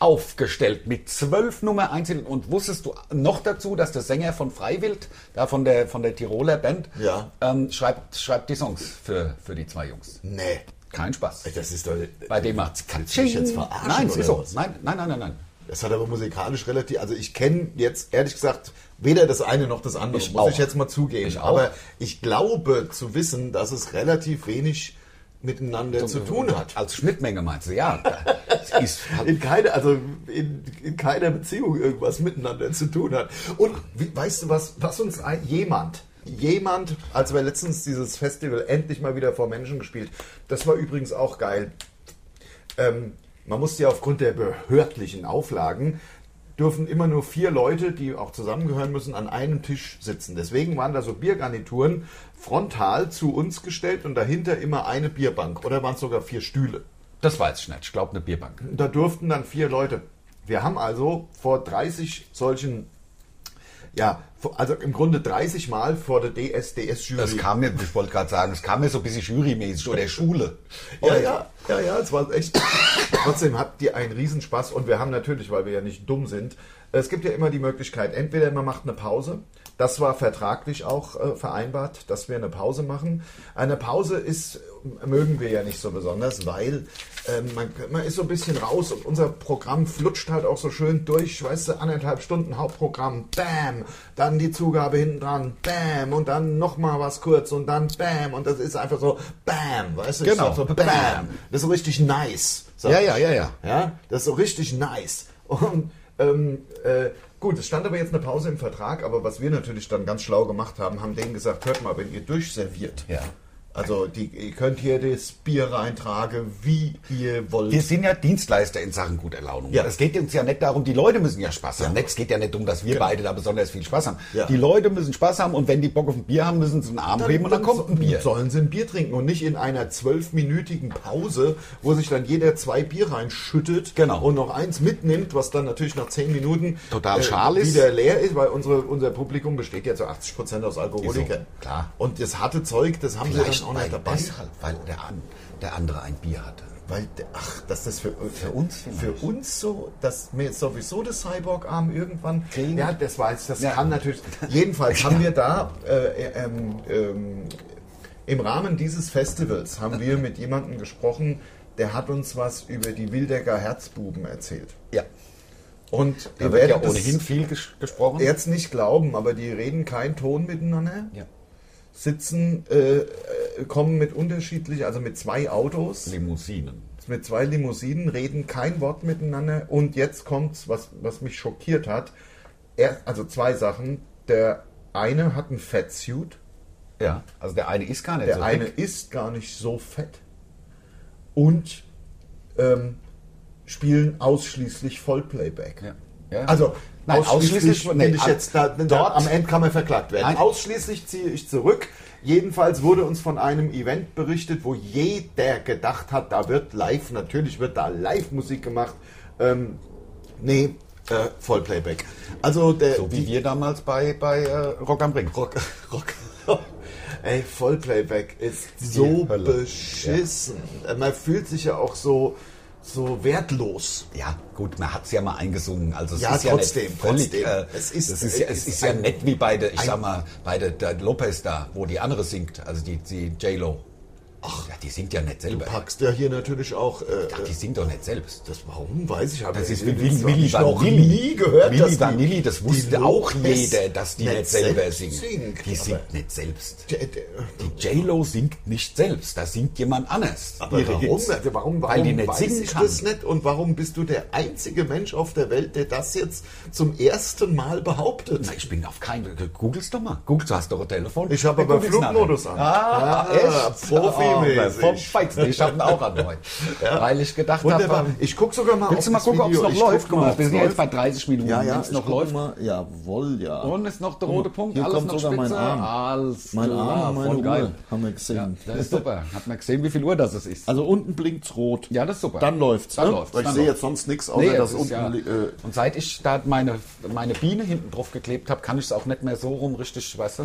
aufgestellt mit zwölf Nummer 1 und wusstest du noch dazu, dass der Sänger von Freiwild, da von der von der Tiroler Band, Ja. ähm, schreibt, schreibt die Songs für, für die zwei Jungs. Nee. Kein Spaß. Das ist doch. Bei dem macht's Willst du mich jetzt verarschen Nein, es oder ist so. was? Nein, nein, nein, nein, nein. Das hat aber musikalisch relativ. Also ich kenne jetzt ehrlich gesagt weder das eine noch das andere. Ich muss auch. ich jetzt mal zugeben. Ich auch. aber ich glaube zu wissen, dass es relativ wenig miteinander zu tun hat. Als Schnittmenge meinst du, ja. Es ist halt In keiner, also in, in keiner Beziehung irgendwas miteinander zu tun hat. Und wie, weißt du was, was uns ein, jemand, jemand, als wir letztens dieses Festival endlich mal wieder vor Menschen gespielt, das war übrigens auch geil. Ähm, man musste ja aufgrund der behördlichen Auflagen dürfen immer nur vier Leute, die auch zusammengehören müssen, an einem Tisch sitzen. Deswegen waren da so Biergarnituren frontal zu uns gestellt und dahinter immer eine Bierbank oder waren es sogar vier Stühle. das weiß ich nicht. Ich glaube, eine Bierbank. Da durften dann vier Leute. Wir haben also vor 30 solchen, ja, vor- also im Grunde 30 Mal vor der Das DSDS-Jury. kam mir, ich wollte gerade sagen, das kam mir so ein bisschen jurymäßig oder Schule. Ja, Oder- ja, ja, ja, es war echt. Trotzdem habt ihr einen Riesenspaß und wir haben natürlich, weil wir ja nicht dumm sind, es gibt ja immer die Möglichkeit, entweder man macht eine Pause. Das war vertraglich auch äh, vereinbart, dass wir eine Pause machen. Eine Pause ist, mögen wir ja nicht so besonders, weil ähm, man, man ist so ein bisschen raus und unser Programm flutscht halt auch so schön durch, weißt du, anderthalb Stunden Hauptprogramm, bam, dann die Zugabe hinten dran, bam, und dann nochmal was kurz und dann bam, und das ist einfach so, bam, weißt du, ich Genau, sag so, bam. bam. Das ist so richtig nice. sag Ja, ich. ja, ja, ja. Ja, das ist so richtig nice. Und ähm, äh, gut, es stand aber jetzt eine Pause im Vertrag, aber was wir natürlich dann ganz schlau gemacht haben, haben denen gesagt, hört mal, wenn ihr durchserviert, Ja. also die, ihr könnt hier das Bier reintragen, wie ihr wollt. Wir sind ja Dienstleister in Sachen guter Laune. Ja. Es geht uns ja nicht darum, die Leute müssen ja Spaß haben. Es geht ja Genau. nicht darum, dass wir beide da besonders viel Spaß haben. Ja. Die Leute müssen Spaß haben und wenn die Bock auf ein Bier haben, müssen sie einen Arm heben und dann kommt ein Bier. Sollen sie ein Bier trinken und nicht in einer zwölfminütigen Pause, wo sich dann jeder zwei Bier reinschüttet Genau. und noch eins mitnimmt, was dann natürlich nach zehn Minuten äh, Total schal ist. wieder leer ist, weil unsere, unser Publikum besteht ja zu 80 Prozent aus Alkoholikern. Ist so, klar. Und das harte Zeug, das haben sie Vielleicht dann auch weil, nicht dabei. deshalb, weil der, an- der andere ein Bier hatte. Weil, der- ach, dass das für, für uns für vielleicht. uns so, dass wir jetzt sowieso das Cyborg-Arm irgendwann Kriegen. Ja, das weiß, das Ja. kann natürlich. Jedenfalls haben wir da äh, äh, ähm, ähm, im Rahmen dieses Festivals haben wir mit jemandem gesprochen, der hat uns was über die Wildecker Herzbuben erzählt. Ja. Und Da ihr wird ja werdet ohnehin viel ges gesprochen. es jetzt nicht glauben, aber die reden keinen Ton miteinander ja. sitzen, äh, äh, kommen mit unterschiedlich, also mit zwei Autos, Limousinen. mit zwei Limousinen, reden kein Wort miteinander und jetzt kommt's, was, was mich schockiert hat. Er, also zwei Sachen. Der eine hat ein Fettsuit, Ja, also der eine ist gar nicht der so eine dick. ist gar nicht so fett und ähm, spielen ausschließlich Vollplayback. Ja. Ja. Also Nein, ausschließlich- bin nee, ich am- jetzt da, dort- dort am Ende kann man verklagt werden. Nein. Ausschließlich ziehe ich zurück. Jedenfalls wurde uns von einem Event berichtet, wo jeder gedacht hat, da wird live, natürlich wird da Live-Musik gemacht. Ähm, nee, äh, Vollplayback. Also der, So die- wie wir damals bei, bei äh, Rock am Ring. Rock, Rock. Ey, Vollplayback ist so Hölle. beschissen. Äh, Man fühlt sich ja auch so, so wertlos. Ja, gut, man hat es ja mal eingesungen. Also es Ja, ist ja trotzdem, nicht völlig, trotzdem. Äh, Es es ist, ist- es ist, ja, es es ist ist ja ein- nett wie bei, der- ich sag mal, bei der, der Lopez da, wo die andere singt, also die, die J-Lo. Ach, ja, die singt ja nicht selber. Packst ja hier natürlich auch. Äh, Ach, die singt doch nicht selbst. das warum weiß ich aber Das ist Äh, ich- wie Willi, hab Willi ich noch Vanilli. nie gehört, Willi dass die- Vanilli, das die wusste auch Lopez jeder, dass die nicht selber singt. Die singt nicht selbst. Aber- Äh, äh, Die J-Lo singt nicht selbst, da singt jemand anders. Aber ihre warum? Hits. Also warum, warum Weil die nicht weiß singen ich kann. das nicht? Und warum bist du der einzige Mensch auf der Welt, der das jetzt zum ersten Mal behauptet? Na, ich bin auf keinen. Google's doch mal. Google, du hast doch ein Telefon. Ich habe aber Google's Flugmodus nachher. an. Ah, Ja, echt? profimäßig. Oh, vom Feinsten. ich habe ihn auch an heute. Weil ich gedacht Wunderbar. habe, Ich guck sogar mal willst du auf mal das gucken, ob es Video. noch Ich guck läuft? Guck mal, ob's wir sind ja jetzt bei läuft. 30 Minuten. Ja, ja, Wenn's ich noch guck läuft. Mal. Jawohl, ja. Und ist noch der rote Punkt. Hier Alles kommt noch sogar spitze. mein Arm. Alles Mein klar, Arm und voll meine geil. Uhr haben wir Ja, gesehen. das ist super. Hat man gesehen, wie viel Uhr das es ist. Also unten blinkt's rot. Ja, das ist super. Dann läuft's. Dann ne? läuft's, Weil ich dann sehe läuft's. jetzt sonst nichts, außer Nee, dass das ist unten. ja, li- Äh, und seit ich da meine, meine Biene hinten drauf geklebt habe, kann ich es auch nicht mehr so rum richtig, weißt du?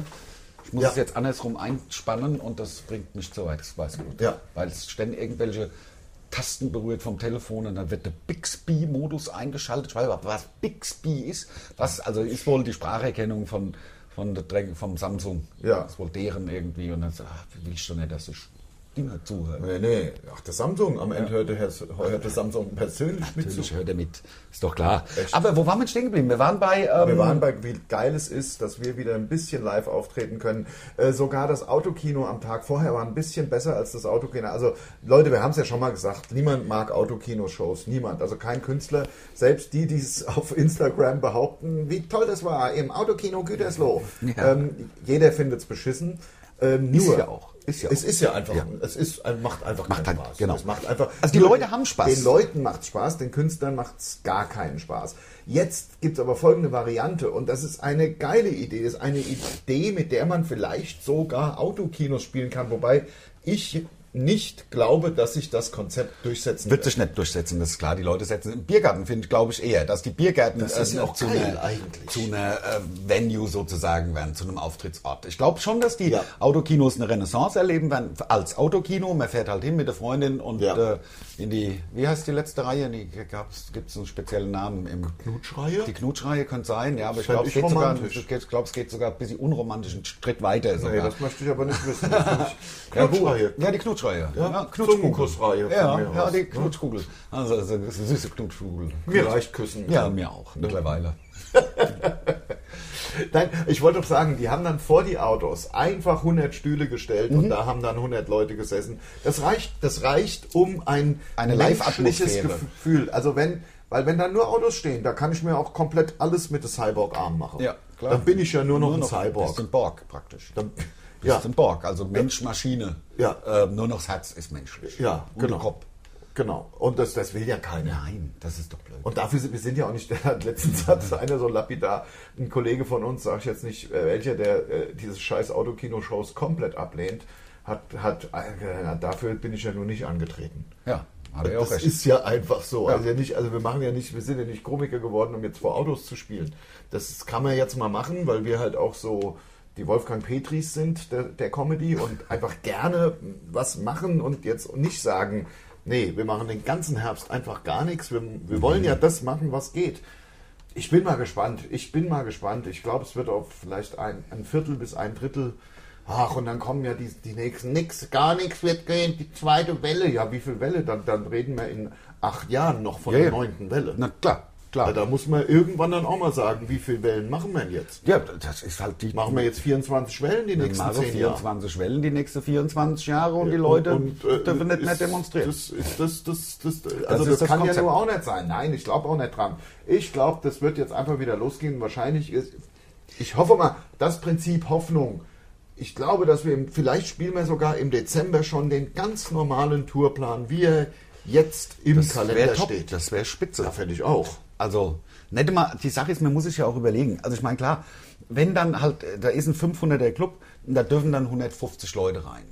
Ich muss Ja. es jetzt andersrum einspannen und das bringt mich zu weit, das weiß gut. Ja. Weil es ständig irgendwelche Tasten berührt vom Telefon und dann wird der Bixby-Modus eingeschaltet. Ich weiß überhaupt, was Bixby ist. Was, also ist wohl die Spracherkennung von, von der Dre- vom Samsung. Ja. Ist wohl deren irgendwie. Und dann so, ach, will ich schon nicht, dass ich Dinger zuhöre. Nee, nee. Ach, der Samsung. Am Ende hörte, Herr- hörte Samsung persönlich mit zu. Natürlich hört er mit, ist doch klar. Echt? Aber wo waren wir stehen geblieben? Wir waren bei. Ähm, Wir waren bei, wie geil es ist, dass wir wieder ein bisschen live auftreten können. Äh, sogar das Autokino am Tag vorher war ein bisschen besser als das Autokino. Also Leute, wir haben es ja schon mal gesagt, niemand mag Autokino-Shows, niemand. Also kein Künstler, selbst die, die es auf Instagram behaupten, wie toll das war im Autokino Gütersloh. Ja. Ähm, jeder findet es beschissen. Ähm, Ist nur, ja auch. Ist ja es auch. ist ja einfach, Ja. es ist, ein- macht einfach Macht keinen halt- Spaß. genau. Es macht einfach, Also die nur Leute den- haben Spaß. Den Leuten macht Spaß, den Künstlern macht es gar keinen Spaß. Jetzt gibt es aber folgende Variante und das ist eine geile Idee. Das ist eine Idee, mit der man vielleicht sogar Autokinos spielen kann, wobei ich nicht glaube, dass sich das Konzept durchsetzen wird sich nicht durchsetzen, das ist klar. Die Leute setzen im Biergarten, finde ich, glaube ich, eher, dass die Biergärten äh, ist ja auch zu, geil einer, eigentlich. zu einer äh, Venue sozusagen werden, zu einem Auftrittsort. Ich glaube schon, dass die Ja. Autokinos eine Renaissance erleben werden als Autokino. Man fährt halt hin mit der Freundin und Ja. äh, in die, wie heißt die letzte Reihe? Die gibt es einen speziellen Namen im Knutschreihe? Die Knutschreihe könnte sein, ja, aber ich Fänd glaube, es ich geht sogar, romantisch. ich glaub, es geht sogar ein bisschen unromantisch einen Schritt weiter. Sogar. Nee, das möchte ich aber nicht wissen. Ja, Knutschreihe. gut. Ja, die Knutschreihe. Ja, Zungenkussreihe von Ja, mir ja aus, die ne? Knutschkugel. Also, also eine süße Knutschkugel. Mir reicht küssen. Ja, mir auch, ne? mittlerweile. Nein, ich wollte doch sagen, die haben dann vor die Autos einfach 100 Stühle gestellt Mhm. und da haben dann 100 Leute gesessen. Das reicht, das reicht um ein Eine menschliches Live-Atmosphäre. Gefühl. Also wenn, weil wenn da nur Autos stehen, da kann ich mir auch komplett alles mit dem Cyborg-Arm machen. Ja, klar. Dann bin ich ja nur noch ein Bist Cyborg. ein Borg praktisch. Dann, ja. ja, Bist ein Borg, also Mensch, Maschine. Ja. Ähm, nur noch das Herz ist menschlich. ja, Und der genau. Kopf. Genau. Und das, das will ja keiner. Nein, das ist doch blöd. Und dafür sind wir sind ja auch nicht. Letztens hat einer so lapidar, ein Kollege von uns, sage ich jetzt nicht äh, welcher, der äh, dieses scheiß Autokino-Shows komplett ablehnt, hat, hat äh, na, dafür bin ich ja nur nicht angetreten. ja, habe ich auch Das recht. ist ja einfach so. Also, ja nicht, also wir machen ja nicht, wir sind ja nicht Komiker geworden, um jetzt vor Autos zu spielen. Das kann man jetzt mal machen, weil wir halt auch so die Wolfgang Petris sind der, der Comedy und einfach gerne was machen und jetzt nicht sagen, nee, wir machen den ganzen Herbst einfach gar nichts. Wir, wir wollen Mhm. ja das machen, was geht. Ich bin mal gespannt. Ich bin mal gespannt. Ich glaube, es wird auf vielleicht ein, ein Viertel bis ein Drittel. Ach, und dann kommen ja die, die nächsten. Nix, gar nichts wird gehen. Die zweite Welle. Ja, wie viel Welle? Dann, dann reden wir in acht Jahren noch von Ja, der ja. neunten Welle. Na klar, klar. Ja, da muss man irgendwann dann auch mal sagen, wie viele Wellen machen wir denn jetzt? ja, das ist halt die. Machen wir jetzt 24 Wellen die nächsten Mache zehn Jahre? 24 Wellen die nächsten 24 Jahre und die Leute äh, dürfen nicht ist- mehr demonstrieren. Das, ist das, das, das, also ist das, das kann ja Konzept. nur auch nicht sein. Nein, ich glaube auch nicht dran. Ich glaube, das wird jetzt einfach wieder losgehen. Wahrscheinlich ist, ich hoffe mal, das Prinzip Hoffnung. Ich glaube, dass wir, im, vielleicht spielen wir sogar im Dezember schon den ganz normalen Tourplan, wie er jetzt im wär Kalender top, steht. Das wäre spitze. Da fände ich auch. Also, nicht mal, die Sache ist, man muss sich ja auch überlegen. Also ich meine, klar, wenn dann halt, äh, da ist ein 500er Club und da dürfen dann 150 Leute rein.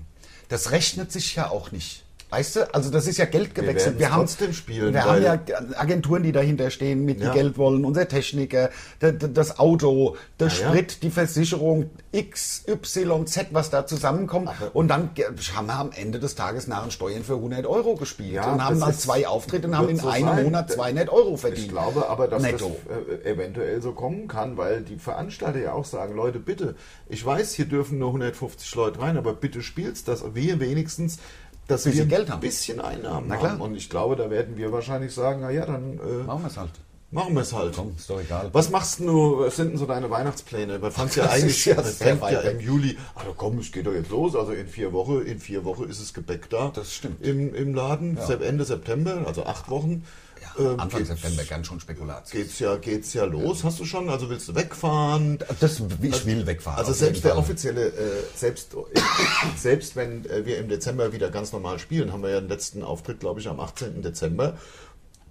Das rechnet sich ja auch nicht. Weißt du, also das ist ja Geld gewechselt. werden's trotzdem spielen, Wir haben weil- ja Agenturen, die dahinter stehen, mit die Ja. Geld wollen, unser Techniker, d- d- das Auto, der Ja, ja. Sprit, die Versicherung, X, Y, Z, was da zusammenkommt. und dann ge- haben wir am Ende des Tages nach den Steuern für 100 Euro gespielt Ja, und haben das dann ist- zwei Auftritte und haben wird in so einem sein. Monat 200 Euro verdient. Ich glaube aber, dass Netto. das äh, eventuell so kommen kann, weil die Veranstalter ja auch sagen, Leute, bitte, ich weiß, hier dürfen nur 150 Leute rein, aber bitte spielt's, dass wir wenigstens dass Bisschen wir Geld ein haben. bisschen Einnahmen Na klar. haben. Und ich glaube, da werden wir wahrscheinlich sagen, naja, dann äh, Machen wir es halt. machen wir es halt. Komm, ist doch egal. Was machst denn du, was sind denn so deine Weihnachtspläne? Man fängt ja Das ist eigentlich ja man sehr fängt weit ja weg. im Juli, also komm, es geht doch jetzt los, also in vier Wochen, in vier Wochen ist das Gebäck da. Das stimmt. Im, im Laden, Sep- Ende September, also acht Wochen. Ja, ähm, Anfang geht's- September ganz schon Spekulation. Geht's ja, geht's ja los, hast du schon? Also willst du wegfahren? Das, ich will wegfahren. Also auf jeden selbst der Fall. offizielle, äh, selbst, selbst wenn äh, wir im Dezember wieder ganz normal spielen, haben wir ja den letzten Auftritt, glaube ich, am 18. Dezember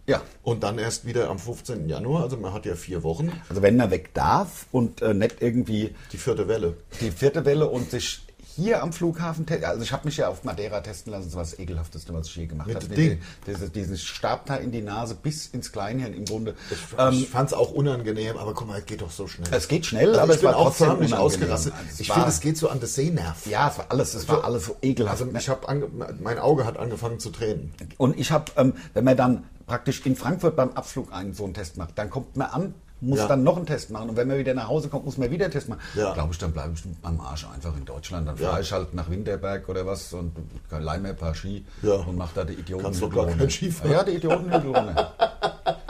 Ja. und dann erst wieder am 15. Januar. Also man hat ja vier Wochen. Also wenn man weg darf und äh, nicht irgendwie Die vierte Welle. die vierte Welle und sich hier am Flughafen, te- also ich habe mich ja auf Madeira testen lassen, das war das ekelhafteste, was ich je gemacht Mit habe. dem Ding. Dieses, dieses Stab da in die Nase bis ins Kleinhirn im Grunde. Ähm, ich fand's auch unangenehm, aber guck mal, geht doch so schnell. Es geht schnell, Also aber ich es bin war auch trotzdem förmlich unangenehm. ausgerastet. Also es Ich war- finde, es geht so an das Sehnerv. Ja, es war alles, es war alles so ekelhaft. Also ich hab ange mein Auge hat angefangen zu tränen. Und ich habe, ähm, wenn man dann praktisch in Frankfurt beim Abflug einen so einen Test macht, dann kommt man an, muss Ja. dann noch einen Test machen. Und wenn man wieder nach Hause kommt, muss man wieder einen Test machen. Ja. Glaube ich, dann bleibe ich am Arsch einfach in Deutschland. Dann fahre Ja. ich halt nach Winterberg oder was und leih mir ein paar Ski Ja. und mache da die Kannst Idiotenhügel doch gar kein Ski fahren. Ja, die Idiotenhügel runter.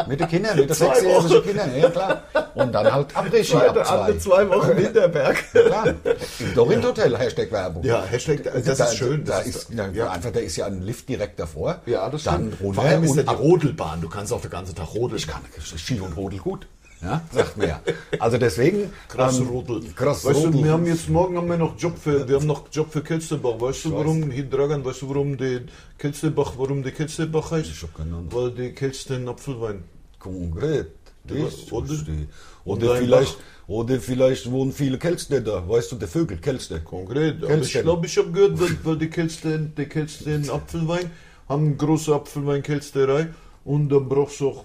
Mit den Kindern, mit den Zwei sechsjährigen Wochen. Kindern, ja klar. Und dann halt Abrechen ab Zweite, zwei. alle zwei Wochen Winterberg. Ja, klar. Im Dorin Hotel, Hashtag Werbung. Ja, Hashtag, das ist schön, Also Da das ist- ist, ja, ja. einfach, da ist ja ein Lift direkt davor. Ja, das Dann stimmt. runter Vor allem ist und ja die ab. Rodelbahn. Du kannst auch den ganzen Tag rodeln. Ich kann Ski und Rodel gut. Ja, sagt mir ja. Also deswegen. Krass ähm, rodeln. Krass weißt rodeln. du, wir haben jetzt morgen haben wir noch Job für, wir haben noch Job für Kelsterbach. Weißt du, warum hier Dragan, weißt du, warum die Kelsterbach, warum die Kelsterbach heißt? Ich hab keine Ahnung. Weil die Kelsten Apfelwein. Konkret. Das Oder- ist die. und Oder ein vielleicht, Bach. oder vielleicht wohnen viele Kelster da. Weißt du, der Vögel, Kelster. Konkret. Aber ich Kelsten. glaube, ich habe gehört, weil, weil die Kelsten, die Kelsten Apfelwein haben eine große Apfelweinkelsterei und dann brauchst du auch,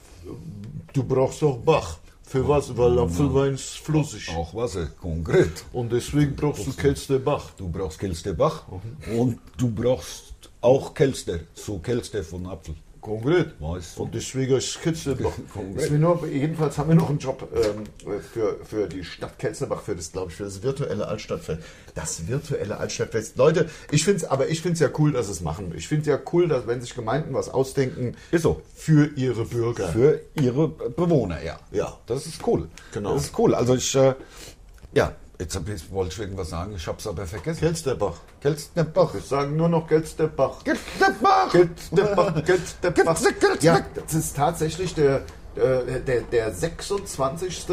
du brauchst auch Bach. Für was? Weil Apfelwein ist flüssig. Auch Wasser, konkret. Und deswegen brauchst du Kelsterbach. Du brauchst Kelsterbach und du brauchst auch Kelster. So Kelster von Apfel. Konkret. Weißt du? Und deswegen ist Kelsterbach. Konkret. Ist mir nur, jedenfalls haben wir noch einen Job ähm, für, für die Stadt Kelsterbach, für das, glaube ich, für das virtuelle Altstadtfest. Das virtuelle Altstadtfest. Leute, ich finde es, aber ich finde es ja cool, dass sie es machen. Ich finde es ja cool, dass wenn sich Gemeinden was ausdenken, Ist so. für ihre Bürger. Für ihre Bewohner, ja. Ja. Das ist cool. Genau. Das ist cool. Also ich, äh, ja, jetzt, hab- jetzt wollte ich irgendwas sagen, ich hab's aber vergessen. ne Kelsterbach. Kelsterbach. Wir sagen nur noch Kelsterbach. Kelsterbach! Kelsterbach, Kelsterbach. Kelste- Kelste- Ja, das ist tatsächlich der, äh, der, der 26.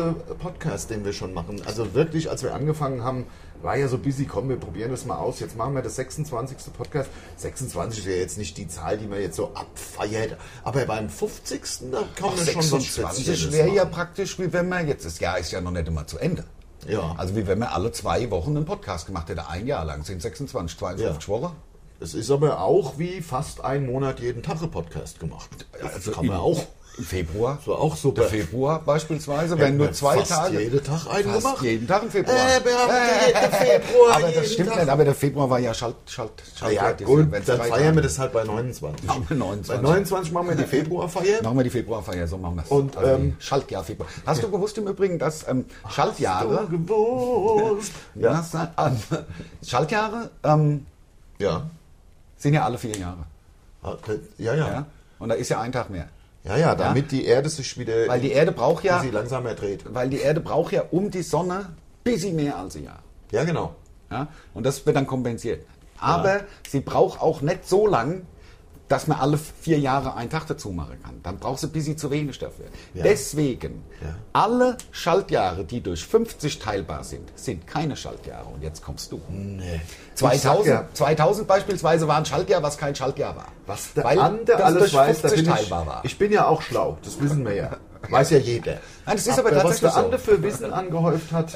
Podcast, den wir schon machen. Also wirklich, als wir angefangen haben, war ja so busy, komm, wir probieren das mal aus. Jetzt machen wir das 26. Podcast. 26 ist ja jetzt nicht die Zahl, die man jetzt so abfeiert. Aber beim 50. da kann man schon so ein 26 Spezielles wäre ja machen. praktisch, wie wenn man jetzt, das Jahr ist ja noch nicht immer zu Ende. Ja. Also wie wenn man alle zwei Wochen einen Podcast gemacht hätte, ein Jahr lang, sind 26, 52 Wochen. Es ist aber auch wie fast einen Monat jeden Tag ein Podcast gemacht. Das kann Also im- man auch. Im Februar. war auch super. Der Februar beispielsweise, wenn nur zwei fast Tage. jeden Tag einen fast gemacht. jeden Tag im Februar. Äh, wir haben jeden Februar, aber jeden das stimmt Tag. nicht, aber der Februar war ja Schalt, Schalt, Schalt. Ja, gut, dann feiern wir das halt bei 29. Machen wir 29. Bei 29 machen wir die Februarfeier. also Machen wir die Februarfeier, so machen wir es. Und, also ähm, die Schaltjahr Februar. Hast du gewusst im Übrigen, dass ähm, Schaltjahre, Gewusst. ja. ähm, Schaltjahre ähm, Ja. sind ja alle vier Jahre. Ah, äh, Ja, ja. Ja? Und da ist ja ein Tag mehr. Ja, ja, damit die Erde sich wieder Weil die Erde braucht ja, sie langsamer dreht. weil die Erde braucht ja um die Sonne bisschen mehr als ein Jahr. Ja, genau. Ja? Und das wird dann kompensiert. Aber sie braucht auch nicht so lang, dass man alle vier Jahre einen Tag dazu machen kann. Dann braucht sie ein bisschen zu wenig dafür. Ja. Deswegen, Ja. alle Schaltjahre, die durch 50 teilbar sind, sind keine Schaltjahre. Und jetzt kommst du. Nee. Ich sag 2000, ja, 2000 beispielsweise war ein Schaltjahr, was kein Schaltjahr war. was der Weil andere das alles durch weiß, da 50 bin ich, teilbar war. ich bin ja auch schlau, das wissen wir ja. Weiß ja jeder. Nein, das ist aber was der tatsächlich so. andere für Wissen angehäuft hat,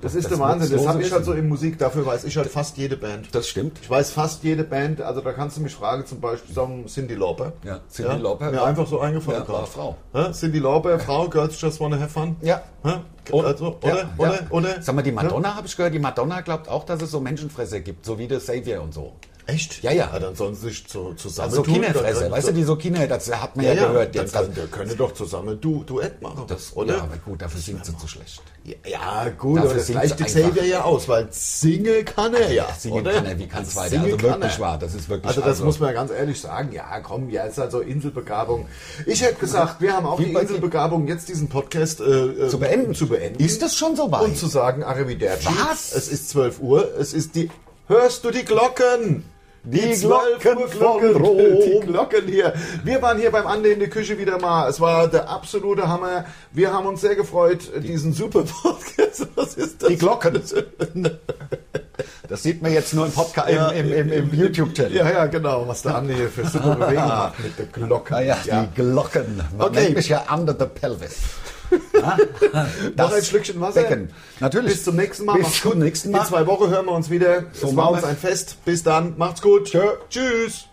das ist der Wahnsinn. Das nutzlose habe ich halt Wissen. so in Musik. Dafür weiß ich halt fast jede Band. Das stimmt. Ich weiß fast jede Band. Also da kannst du mich fragen, zum Beispiel sagen Cindy Lauper. Ja, Cyndi Lauper. Mir einfach so eingefallen Ja, war gerade. Frau. Ja, Cindy Lauper, Frau, Girls Just Wanna Have Fun. Ja. ja? Also, oder, Ja, oder, ja. oder. Sag mal, die Madonna habe ich gehört, die Madonna glaubt auch, dass es so Menschenfresser gibt, so wie der Savior und so. Echt? Ja, ja. Ah, Dann sollen sie sich zu, zusammen Also tun, Kinderfresser, dann- weißt du, die so Kinder, das hat man Ja, ja, ja, gehört dann jetzt. Das, können, wir können doch zusammen du, Duett machen, das, oder? Ja, aber gut, dafür singt sie zu schlecht. Ja, ja, gut, Dafür aber das singt's gleicht den einfach. Xavier ja aus, weil singen kann er ja. Singen oder? kann er, wie kann's weiter? Singen Also kann wirklich er. wahr, das ist wirklich- Also, das also- muss man ja ganz ehrlich sagen. Ja, komm, ja, ist halt so Inselbegabung. Ich hätte gesagt, wir haben auch Wie die bei- Inselbegabung, jetzt diesen Podcast äh, äh, Zu beenden. Zu beenden. Ist das schon so weit? Und zu sagen, Arrivederci. Was? Es ist 12 Uhr, es ist die. Hörst du die Glocken? Die 12 Uhr Glocken von Rom. Die Glocken hier. Wir waren hier beim Ande in der Küche wieder mal. Es war der absolute Hammer. Wir haben uns sehr gefreut, diesen super Podcast. Was ist das? Die Glocken. Das sieht man jetzt nur im Podcast, Ja, im, im, im, im YouTube-Channel. Ja, ja, genau. Was der Ande hier für super Bewegungen macht mit der Glocke. Ah ja, die Glocken. Man Okay. nennt mich ja under the pelvis. Ja? Noch ein Schlückchen Wasser. Becken. Natürlich. Bis zum nächsten Mal. Bis Macht's zum gut. nächsten Mal. In zwei Wochen hören wir uns wieder. So es war machen uns wir. ein Fest. Bis dann. Macht's gut. Tschüss.